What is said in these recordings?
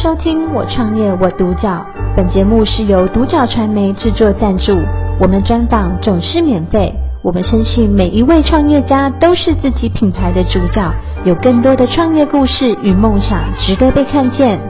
收听《我创业我独角》，本节目是由独角传媒制作赞助，我们专访总是免费。我们深信每一位创业家都是自己品牌的主角，有更多的创业故事与梦想值得被看见。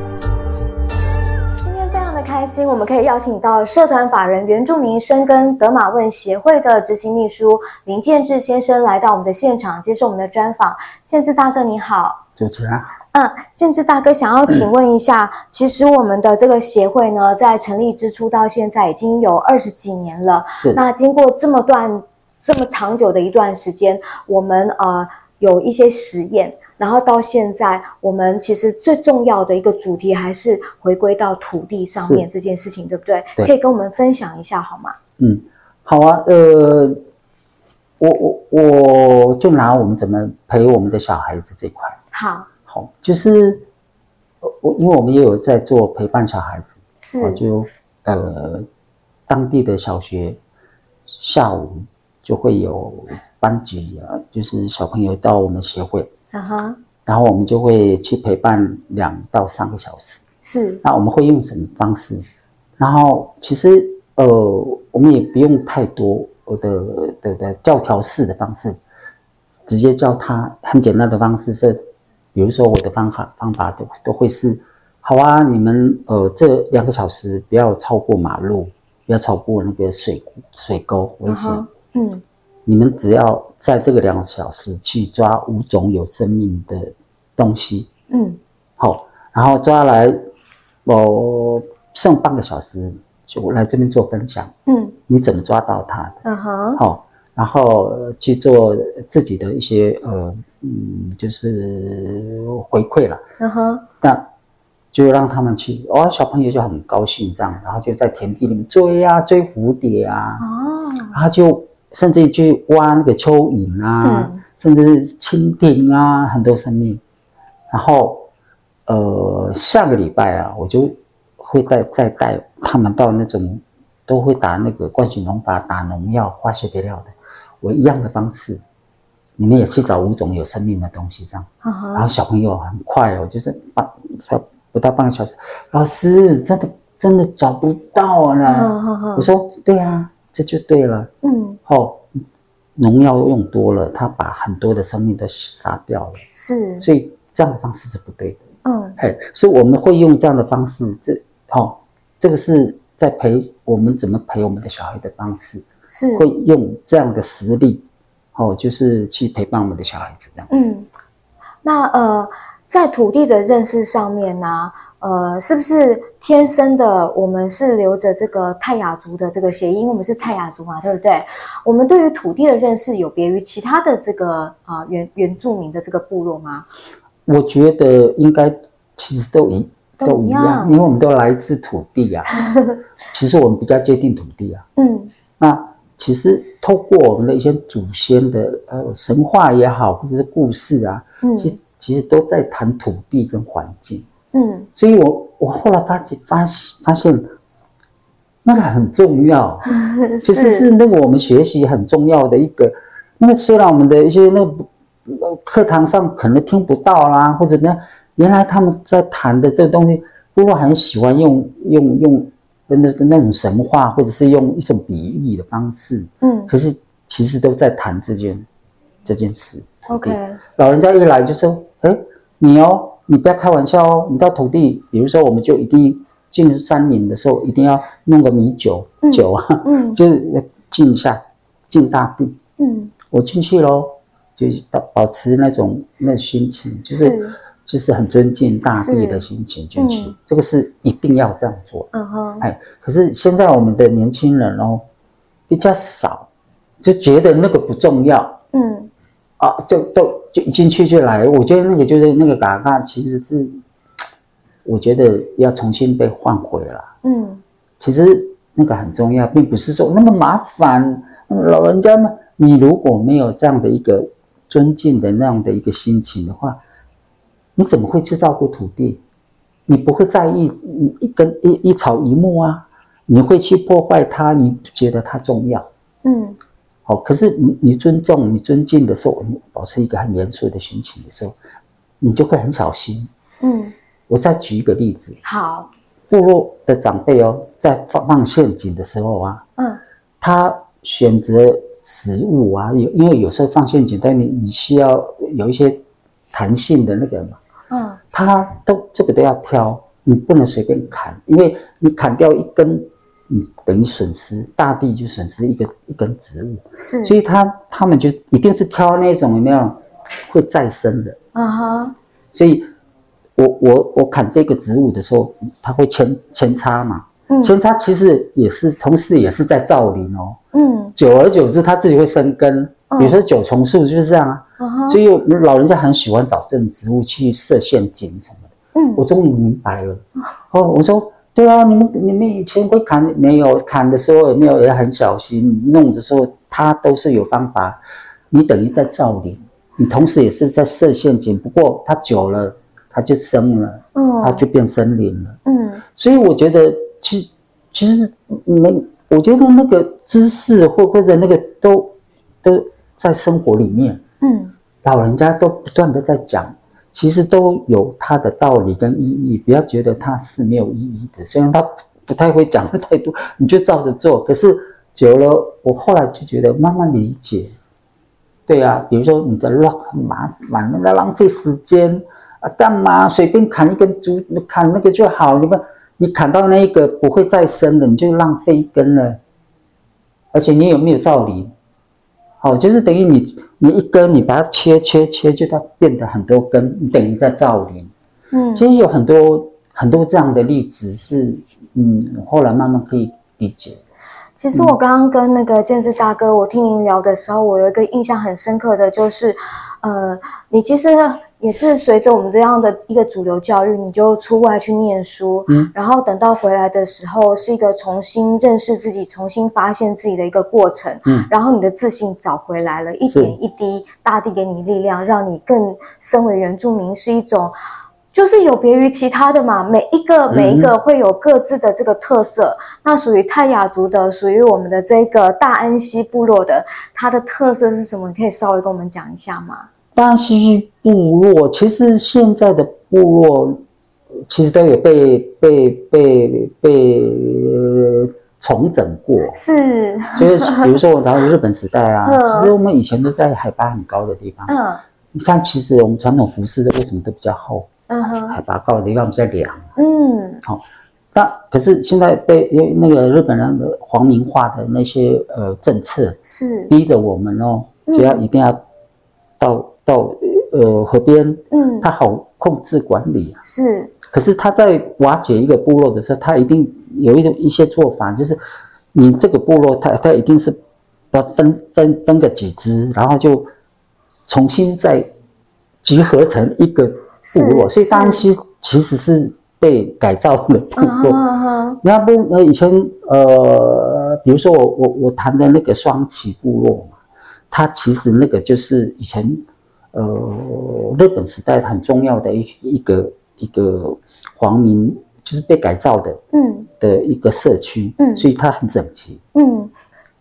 今天非常的开心，我们可以邀请到社团法人原住民深耕德玛问协会的执行秘书林建志先生来到我们的现场接受我们的专访。建志大哥你好。主持人，嗯，建志大哥，想要请问一下，嗯其实我们的这个协会呢，在成立之初到现在已经有二十几年了。是那经过这么段这么长久的一段时间，我们呃有一些实验，然后到现在，我们其实最重要的一个主题还是回归到土地上面是这件事情，对不对？对可以跟我们分享一下好吗？嗯，好啊，呃，我我我就拿我们怎么陪我们的小孩子这块，好，好，就是呃我因为我们也有在做陪伴小孩子，是我就呃当地的小学下午就会有班级啊，就是小朋友到我们协会，嗯哼，然后我们就会去陪伴两到三个小时。是，那我们会用什么方式？然后其实呃，我们也不用太多呃的的的教条式的方式，直接教他很简单的方式是，比如说我的方法方法都都会是，好啊，你们呃这两个小时不要超过马路，不要超过那个水库水沟危嗯险。哼，嗯，你们只要在这个两个小时去抓五种有生命的东西，嗯，好，然后抓来，我、剩半个小时就来这边做分享，嗯，你怎么抓到他的？嗯哼，好、然后呃去做自己的一些呃嗯，就是回馈了，嗯哼，那就让他们去哦，小朋友就很高兴这样，然后就在田地里面追啊，追蝴蝶啊，哦，然后就甚至去挖那个蚯蚓啊，嗯甚至是蜻蜓啊，很多生命。然后，呃，下个礼拜啊，我就会带再带他们到那种都会打那个冠军农法、打农药、化学肥料的，我一样的方式，你们也去找五种有生命的东西，这样。嗯然哼，后小朋友很快哦，就是半才不到半个小时，老师真的真的找不到了。嗯哼哼我说对啊，这就对了。嗯，后哦农药用多了，它把很多的生命都杀掉了，是，所以这样的方式是不对的。嗯，嘿，所以我们会用这样的方式，这哦，这个是在陪我们怎么陪我们的小孩的方式，是，会用这样的实力，哦，就是去陪伴我们的小孩子这样。嗯，那呃，在土地的认识上面呢、呃，是不是天生的我们是留着这个泰雅族的这个谐音，因为我们是泰雅族嘛，对不对？我们对于土地的认识有别于其他的这个啊、呃原原住民的这个部落吗？我觉得应该其实都一都都一一样样，因为我们都来自土地 啊。其实我们比较接近土地啊。嗯，那其实透过我们的一些祖先的呃神话也好，或者是故事啊，嗯其其实都在谈土地跟环境。嗯，所以我我后来发现发发现那个很重要，其实是那个我们学习很重要的一个。那个虽然我们的一些那个呃课堂上可能听不到啦，或者呢，原来他们在谈的这个东西，不过很喜欢用用用那那那种神话，或者是用一种比喻的方式，嗯可是其实都在谈这件这件事。 ，OK，老人家一来就说：“哎，你哦，你不要开玩笑哦，你到土地，比如说我们就一定进山林的时候，一定要弄个米酒、嗯酒啊， 嗯就是进一下，进大地。嗯，我进去喽，就是保保持那种那心情，就是是就是很尊敬大地的是心情进去，嗯这个是一定要这样做。嗯哼，哎，可是现在我们的年轻人哦比较少，就觉得那个不重要。”嗯啊，就就就一进去就来，我觉得那个就是那个嘎嘎，其实是，我觉得要重新被换回了。嗯其实那个很重要，并不是说那么麻烦，那么老人家嘛，你如果没有这样的一个尊敬的那样的一个心情的话，你怎么会去照顾土地？你不会在意嗯一根一一草一木啊，你会去破坏它，你不觉得它重要？嗯好，可是你你尊重、你尊敬的时候，你保持一个很严肃的心情的时候，你就会很小心，嗯，我再举一个例子，好，部落的长辈哦，在放放陷阱的时候啊，嗯，他选择食物啊，有因为有时候放陷阱，但你你需要有一些弹性的那个嘛，嗯，他都这个都要挑，你不能随便砍，因为你砍掉一根，你等于损失大地就损失一个一根植物，是，所以他他们就一定是挑那种有没有会再生的，嗯哼，所以我我我砍这个植物的时候，它会扦扦插嘛，嗯扦插其实也是同时也是在造林哦，嗯，久而久之它自己会生根，嗯比如说九重树就是这样啊，嗯哼，所以老人家很喜欢找这种植物去设陷阱什么的。嗯我终于明白了。哦，我说对啊，你们你们以前会砍没有？砍的时候有没有也很小心？弄的时候它都是有方法。你等于在造林，你同时也是在设陷阱。不过它久了，它就生了，嗯，它就变森林了。嗯所以我觉得，其其实那我觉得那个知识或或者那个都都在生活里面。嗯老人家都不断的在讲，其实都有它的道理跟意义，不要觉得它是没有意义的。虽然他不太会讲的太多，你就照着做。可是久了，我后来就觉得慢慢理解。对啊，比如说你在乱很麻烦，那浪费时间啊，干嘛随便砍一根竹，砍那个就好。你们你砍到那一个不会再生的，你就浪费一根了。而且你有没有造林？好，就是等于你你一根你把它切切切，就它变得很多根，你等于在造林。嗯，其实有很多很多这样的例子是，嗯，我后来慢慢可以理解。其实我刚刚跟那个建志大哥，我听您聊的时候，我有一个印象很深刻的就是，呃，你其实也是随着我们这样的一个主流教育，你就出外去念书，嗯然后等到回来的时候，是一个重新认识自己、重新发现自己的一个过程，嗯然后你的自信找回来了，一是点一滴，大地给你力量，让你更身为原住民是一种。就是有别于其他的嘛，每一个每一个嗯会有各自的这个特色，那属于泰雅族的，属于我们的这个大安溪部落的，它的特色是什么？你可以稍微跟我们讲一下吗？大西西部落其实现在的部落，呃其实都有被被被被呃重整 过。是，就是比如说我到日本时代啊，嗯其实我们以前都在海拔很高的地方。嗯你看，其实我们传统服饰的为什么都比较厚？嗯海哼，拔高的地方比较凉。嗯好、那可是现在被因为那个日本人的皇民化的那些呃政策，是，逼得我们哦，就要嗯一定要到到呃河边，嗯它好控制管理啊。是，可是他在瓦解一个部落的时候，他一定有一种一些做法，就是你这个部落它，他他一定是把它分分分个几支，然后就重新再集合成一个部落。是所以大安是溪其实是被改造的部嗯哼落。嗯哼，那不那以前呃，比如说我我我谈的那个双旗部落嘛，它其实那个就是以前呃日本时代很重要的一一个一个皇民，就是被改造的嗯的一个社区，嗯所以它很整齐，嗯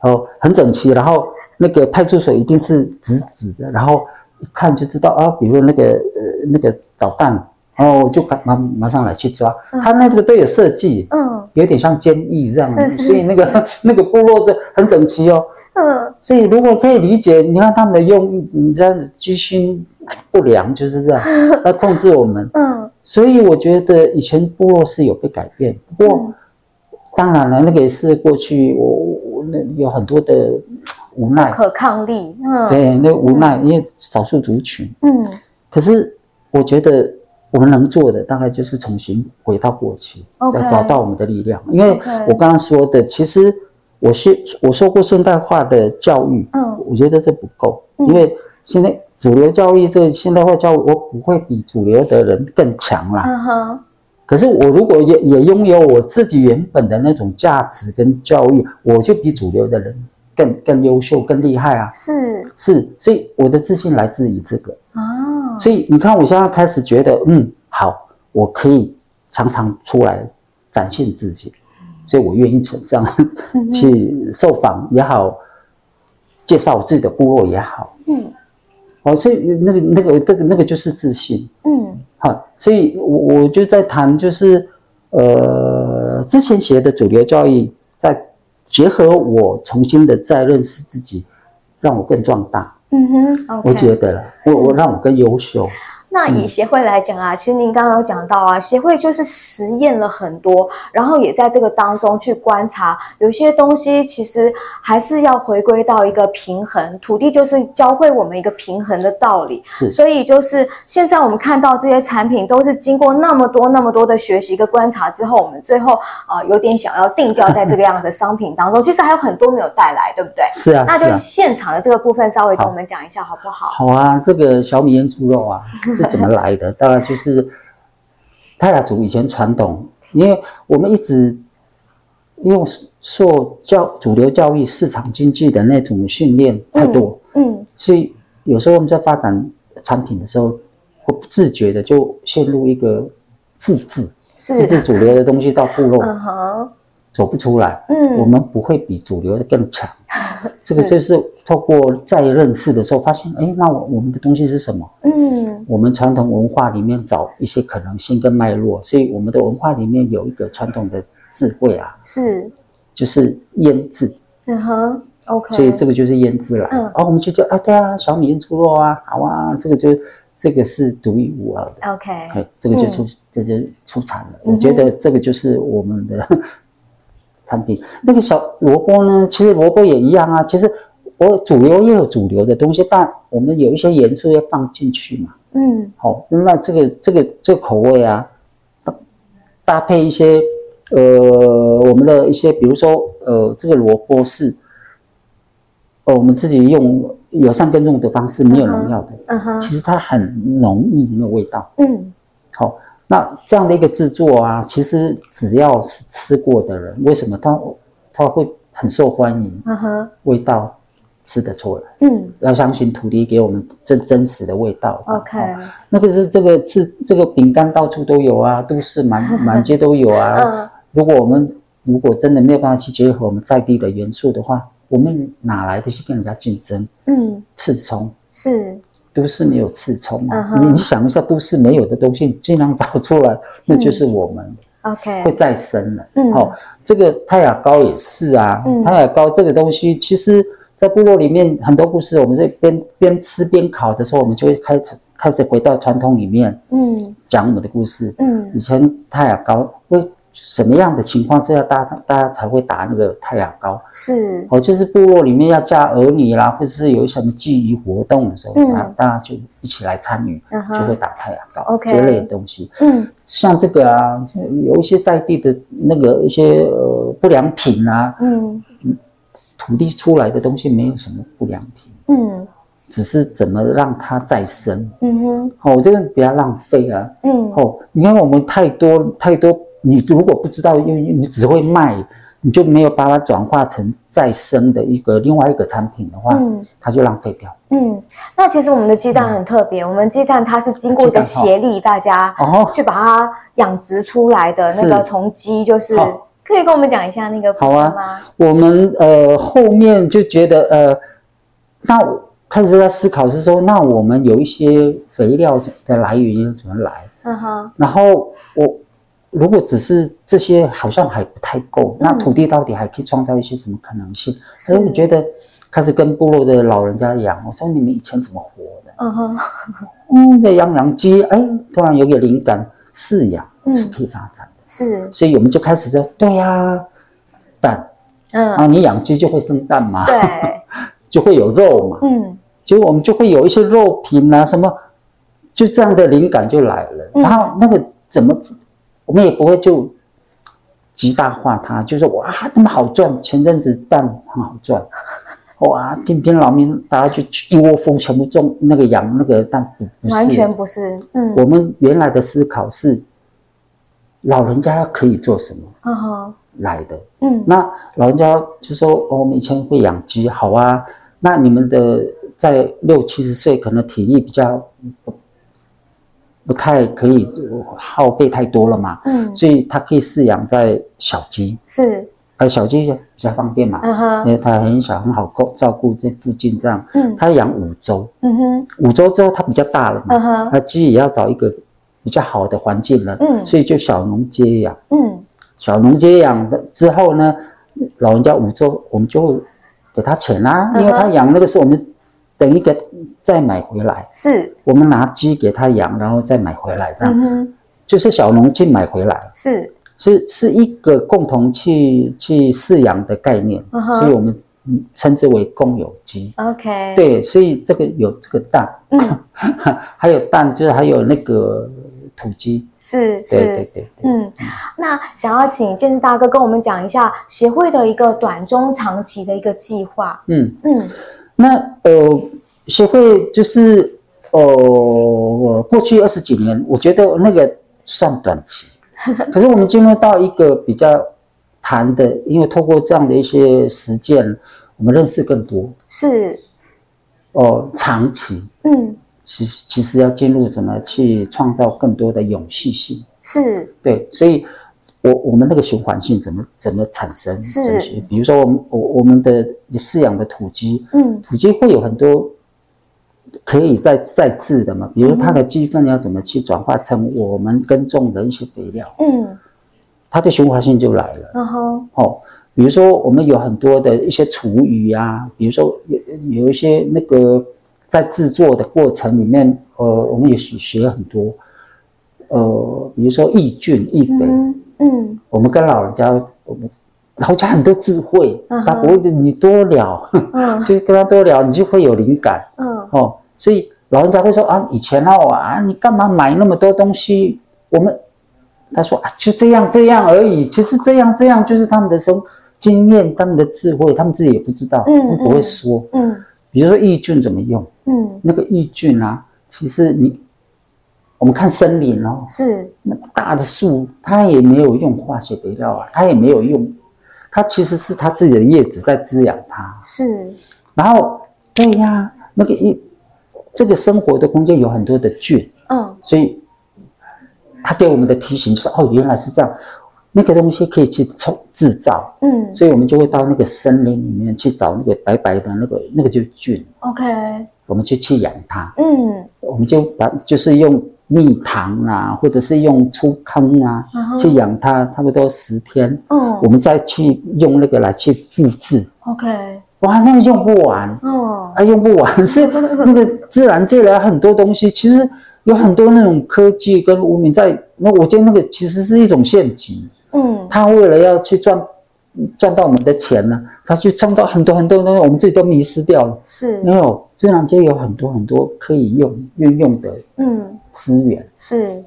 然后很整齐，然后那个派出所一定是直直的，然后一看就知道啊，比如那个呃那个导弹，然后就赶马马上来去抓，嗯它那个都有设计，嗯有点像监狱这样，是是所以那个 那个部落的很整齐哦。嗯，所以如果可以理解，你看他们的用意，你这样居心不良就是 这样来控制我们。嗯所以我觉得以前部落是有被改变，不过、嗯当然了，那个也是过去我我我那有很多的无奈，可抗力，嗯对，那无奈，因为少数族群。嗯可是我觉得我们能做的大概就是重新回到过去 OK 再找到我们的力量。因为 OK 我刚刚说的，其实我是我说过现代化的教育，嗯我觉得这不够，嗯因为现在主流教育这个现代化教育，我不会比主流的人更强啦。嗯哼，可是我如果也也拥有我自己原本的那种价值跟教育，我就比主流的人更更优秀、更厉害啊！是是，所以我的自信来自于这个。啊，所以你看，我现在开始觉得，嗯，好，我可以常常出来展现自己，所以我愿意这样嗯 嗯哼去受访也好，介绍我自己的部落也好，嗯哦，所以那个那个这个那个就是自信。嗯好，所以我我就在谈，就是呃，之前学的主流教育，在结合我重新的再认识自己，让我更壮大。嗯哼，OK。我觉得了，我我让我更优秀。那嗯以协会来讲啊，其实您刚刚有讲到啊，协会就是实验了很多，然后也在这个当中去观察，有些东西其实还是要回归到一个平衡，土地就是教会我们一个平衡的道理。是所以就是现在我们看到这些产品都是经过那么多那么多的学习跟观察之后，我们最后呃有点想要定调在这个样的商品当中，其实还有很多没有带来，对不对？是啊，那是就啊。现场的这个部分稍微跟好我们讲一下好不好？好啊，这个小米腌猪 肉啊是怎么来的？当然就是泰雅族以前传统，因为我们一直用受教主流教育、市场经济的那种训练太多，嗯所以有时候我们在发展产品的时候，我不自觉的就陷入一个复制，复是制主流的东西到部落嗯哼，走不出来。嗯，我们不会比主流的更强。这个是就是透过再认识的时候，发现，哎，那我我们的东西是什么？嗯我们传统文化里面找一些可能性跟脉络，所以我们的文化里面有一个传统的智慧啊，是，就是腌制，嗯哼，OK，所以这个就是腌制啦。嗯然后我们就觉得啊，对啊，小米腌猪肉啊，好啊，这个就这个是独一无二的。 OK，哎，这个就嗯出，这就出产了。嗯哼我觉得这个就是我们的 产品。那个小萝卜呢，其实萝卜也一样啊。其实我主流也有主流的东西，但我们有一些元素要放进去嘛。嗯好、那这个这个这个口味啊，搭搭配一些呃我们的一些，比如说呃这个萝卜是，呃我们自己用友善耕种的方式，没有农药的，嗯哼，其实它很浓郁那个味道。嗯好、那这样的一个制作啊，其实只要是吃过的人，为什么他他会很受欢迎？嗯哼，味道吃得出来，嗯要相信土地给我们真真实的味道。 ，OK，哦那个是这个是这个饼干到处都有啊， 都市满满街都有 啊。嗯如果我们如果真的没有办法去结合我们在地的元素的话，我们哪来的去跟人家竞争？嗯刺葱，是，都市没有刺葱嗯啊！哼你你想一下，都市没有的东西，你尽量找出来，那就是我们 OK，会再生了。嗯好、这个泰雅膏也是啊，嗯泰雅膏这个东西，其实在部落里面很多故事，我们在边边吃边烤的时候，我们就会开始开始回到传统里面嗯讲我们的故事。以嗯前泰雅膏为什么样的情况之下，大家大家才会打那个泰雅膏？是，哦，就是部落里面要嫁儿女啦，或者是有什么祭仪活动的时候，嗯啊，大家就一起来参与，嗯哼就会打太阳照 OK 这类的东西。嗯像这个啊，有一些在地的那个一些呃不良品啊，嗯土地出来的东西没有什么不良品，嗯只是怎么让它再生。嗯哼，哦，这个不要浪费啊。嗯哦，你看我们太多太多，你如果不知道，因为你只会卖，你就没有把它转化成再生的一个另外一个产品的话，嗯它就浪费掉。嗯，那其实我们的鸡蛋很特别，我们鸡蛋它是经过一个协力，大家哦，去把它养殖出来的那是个从鸡就是。好可以跟我们讲一下那个部好分啊吗？我们呃后面就觉得呃，那我开始在思考是说，那我们有一些肥料的来源怎么来？嗯哼，然后我如果只是这些好像还不太够，那嗯土地到底还可以创造一些什么可能性？是所以我觉得开始跟部落的老人家讲，我说你们以前怎么活的？嗯哼，嗯，在养养鸡，哎，突然有个灵感，饲养嗯是可以发展的，是，所以我们就开始说，对呀、蛋啊，嗯，你养鸡就会生蛋嘛，对， 就会有肉嘛，嗯结果我们就会有一些肉品啊什么，就这样的灵感就来了。嗯然后那个怎么，我们也不会就极大化它，就是哇那么好赚，前阵子蛋很好赚， 哇拼拼劳命，大家就一窝蜂全部种那个羊那个蛋，不不是完全不是，嗯，我们原来的思考是，老人家可以做什么嗯哼，来的，嗯那老人家就说：“哦，我们以前会养鸡，好啊。那你们的在六七十岁，可能体力比较不不太可以呃耗费太多了嘛，嗯，所以他可以饲养在小鸡。是，呃，小鸡比较方便嘛，嗯因哼，为它很小，很好顾照顾这附近这样。嗯它养五周，嗯哼，五周之后它比较大了嗯嘛，哼，那鸡也要找一个比较好的环境了，嗯所以就小农接养。嗯，小农接养的之后呢，老人家五周我们就会给他钱啊，嗯因为他养那个是我们等一个再买回来，是，我们拿鸡给他养，然后再买回来，这样、嗯哼，就是小农去买回来，是，是是一个共同去去饲养的概念，嗯哼所以我们嗯称之为共有鸡。 OK，，对，所以这个有这个蛋， 嗯，还有蛋就是还有那个土鸡，是对对是，对对。嗯，那想要请健身大哥跟我们讲一下协会的一个短中长期的一个计划。嗯嗯那呃，协会就是呃，过去二十几年，我觉得那个算短期，可是我们进入到一个比较谈的，因为透过这样的一些实践，我们认识更多是，哦、长期嗯其实其实要进入怎么去创造更多的永续性，是，对，所以。我我们那个循环性怎么怎么产生？是怎么去比如说我们我我们的饲养的土鸡，嗯土鸡会有很多可以再再制的嘛，比如它的鸡粪要怎么去转化成我们耕种的一些肥料，嗯，啊它的循环性就来了。然后哦，比如说我们有很多的一些厨余啊，比如说有有一些那个在制作的过程里面，呃，我们也学学很多，呃，比如说抑菌、抑肥，嗯嗯我们跟老人家，我们老人家很多智慧嗯哼，他不会你多聊，嗯 就跟他多聊，你就会有灵感。嗯哦，所以老人家会说啊，以前哦啊，你干嘛买那么多东西？我们他说啊，就这样这样而已，其实这样这样就是他们的生经验，他们的智慧，他们自己也不知道，嗯他们不会说。嗯比如说抑菌怎么用，嗯，那个抑菌啊，其实你我们看森林哦，是，那么大的树，它也没有用化学肥料啊，它也没有用，它其实是它自己的叶子在滋养它。是，然后，对呀，那个一这个生活的空间有很多的菌，嗯所以他给我们的提醒就是哦，原来是这样，那个东西可以去创制造，嗯所以我们就会到那个森林里面去找那个白白的那个那个就是菌， ，OK，我们就去养它，嗯我们就把就是用蜜糖啊，或者是用粗糠啊嗯哼去养它，差不多十天，我嗯们再去用那个来去复制， ，OK，哇，那个用不完。嗯啊，用不完，是那个自然界来很多东西，其实有很多那种科技跟无名在，那我觉得那个其实是一种陷阱，嗯他为了要去赚赚到我们的钱呢，他去创造很多很多东西，我们自己都迷失掉了。是，没有，自然界有很多很多可以用运用的嗯资源，是，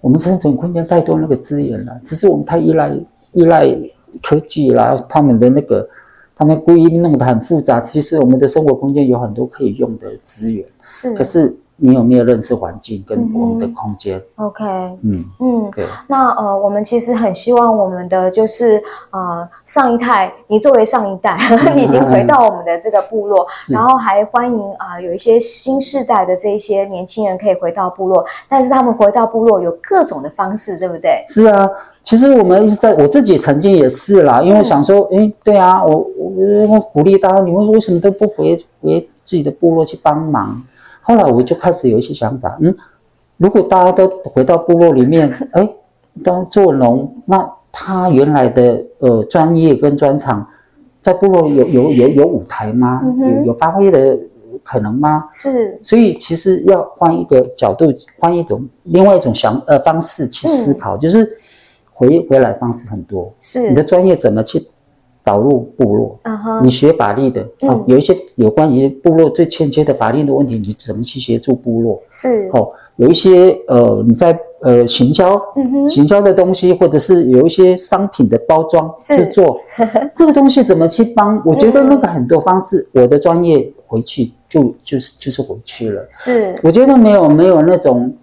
我们生存空间太多那个资源了，只是我们太依赖依赖科技啦，他们的那个。他们故意弄得很复杂，其实我们的生活空间有很多可以用的资源。是，可是你有没有认识环境跟我们的嗯哼空间？ OK，嗯，嗯。对，那呃，我们其实很希望我们的就是呃上一代，你作为上一代， 你已经回到我们的这个部落，嗯然后还欢迎啊、有一些新世代的这一些年轻人可以回到部落，但是他们回到部落有各种的方式，对不对？是啊。其实我们一直在，我自己曾经也是啦，因为嗯我想说，诶，对啊，我我我鼓励大家，你们为什么都不回回自己的部落去帮忙？后来我就开始有一些想法，嗯，如果大家都回到部落里 面，诶，当做农，那他原来的呃专业跟专长，在部落有有有有舞台吗？嗯哼有有发挥的可能吗？是，所以其实要换一个角度，换一种另外一种想呃方式去思考，就是回回来方式很多。你嗯的是，专业怎么去导入部落？嗯哼你，学法律的嗯哦，有一些有关于部落最欠缺的法律的问题，你怎么去协助部落？是，哦，有一些呃你在呃行销。嗯哼，行销的东西，或者是有一些商品的包装是 制作，这个东西怎么去帮？我觉得那个很多方式，我的专业回去就就是就是回去了。是，我觉得没有没有那种，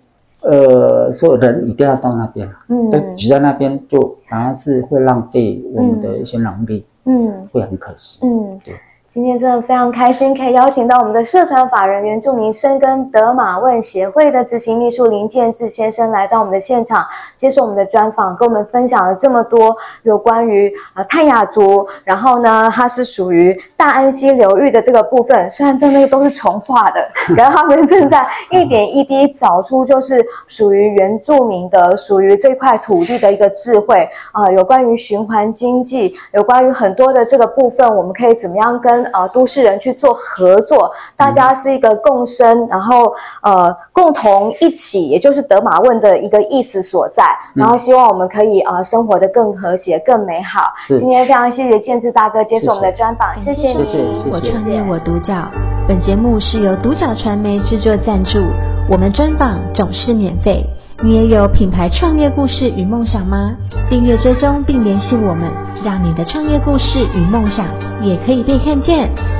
呃，说人一定要到那边，都嗯挤在那边，就反而是会浪费我们的一些能力，嗯会很可惜。嗯对。今天真的非常开心，可以邀请到我们的社团法人原住民深耕德马问协会的执行秘书林建志先生来到我们的现场，接受我们的专访，跟我们分享了这么多有关于呃泰雅族，然后呢，它是属于大安溪流域的这个部分，虽然在那个都是重化的，然后他们正在一点一滴找出就是属于原住民的、属于这块土地的一个智慧啊、呃有关于循环经济，有关于很多的这个部分，我们可以怎么样跟呃都市人去做合作，大家是一个共生，然后呃共同一起，也就是德玛问的一个意思所在。然后希望我们可以呃生活的更和谐、更美好。是今天非常谢谢建志大哥接受我们的谢谢专访，谢谢你，嗯谢谢我谢创业我独角。本节目是由独角传媒制作赞助，我们专访总是免费。你也有品牌创业故事与梦想吗？订阅追踪并联系我们，让你的创业故事与梦想也可以被看见。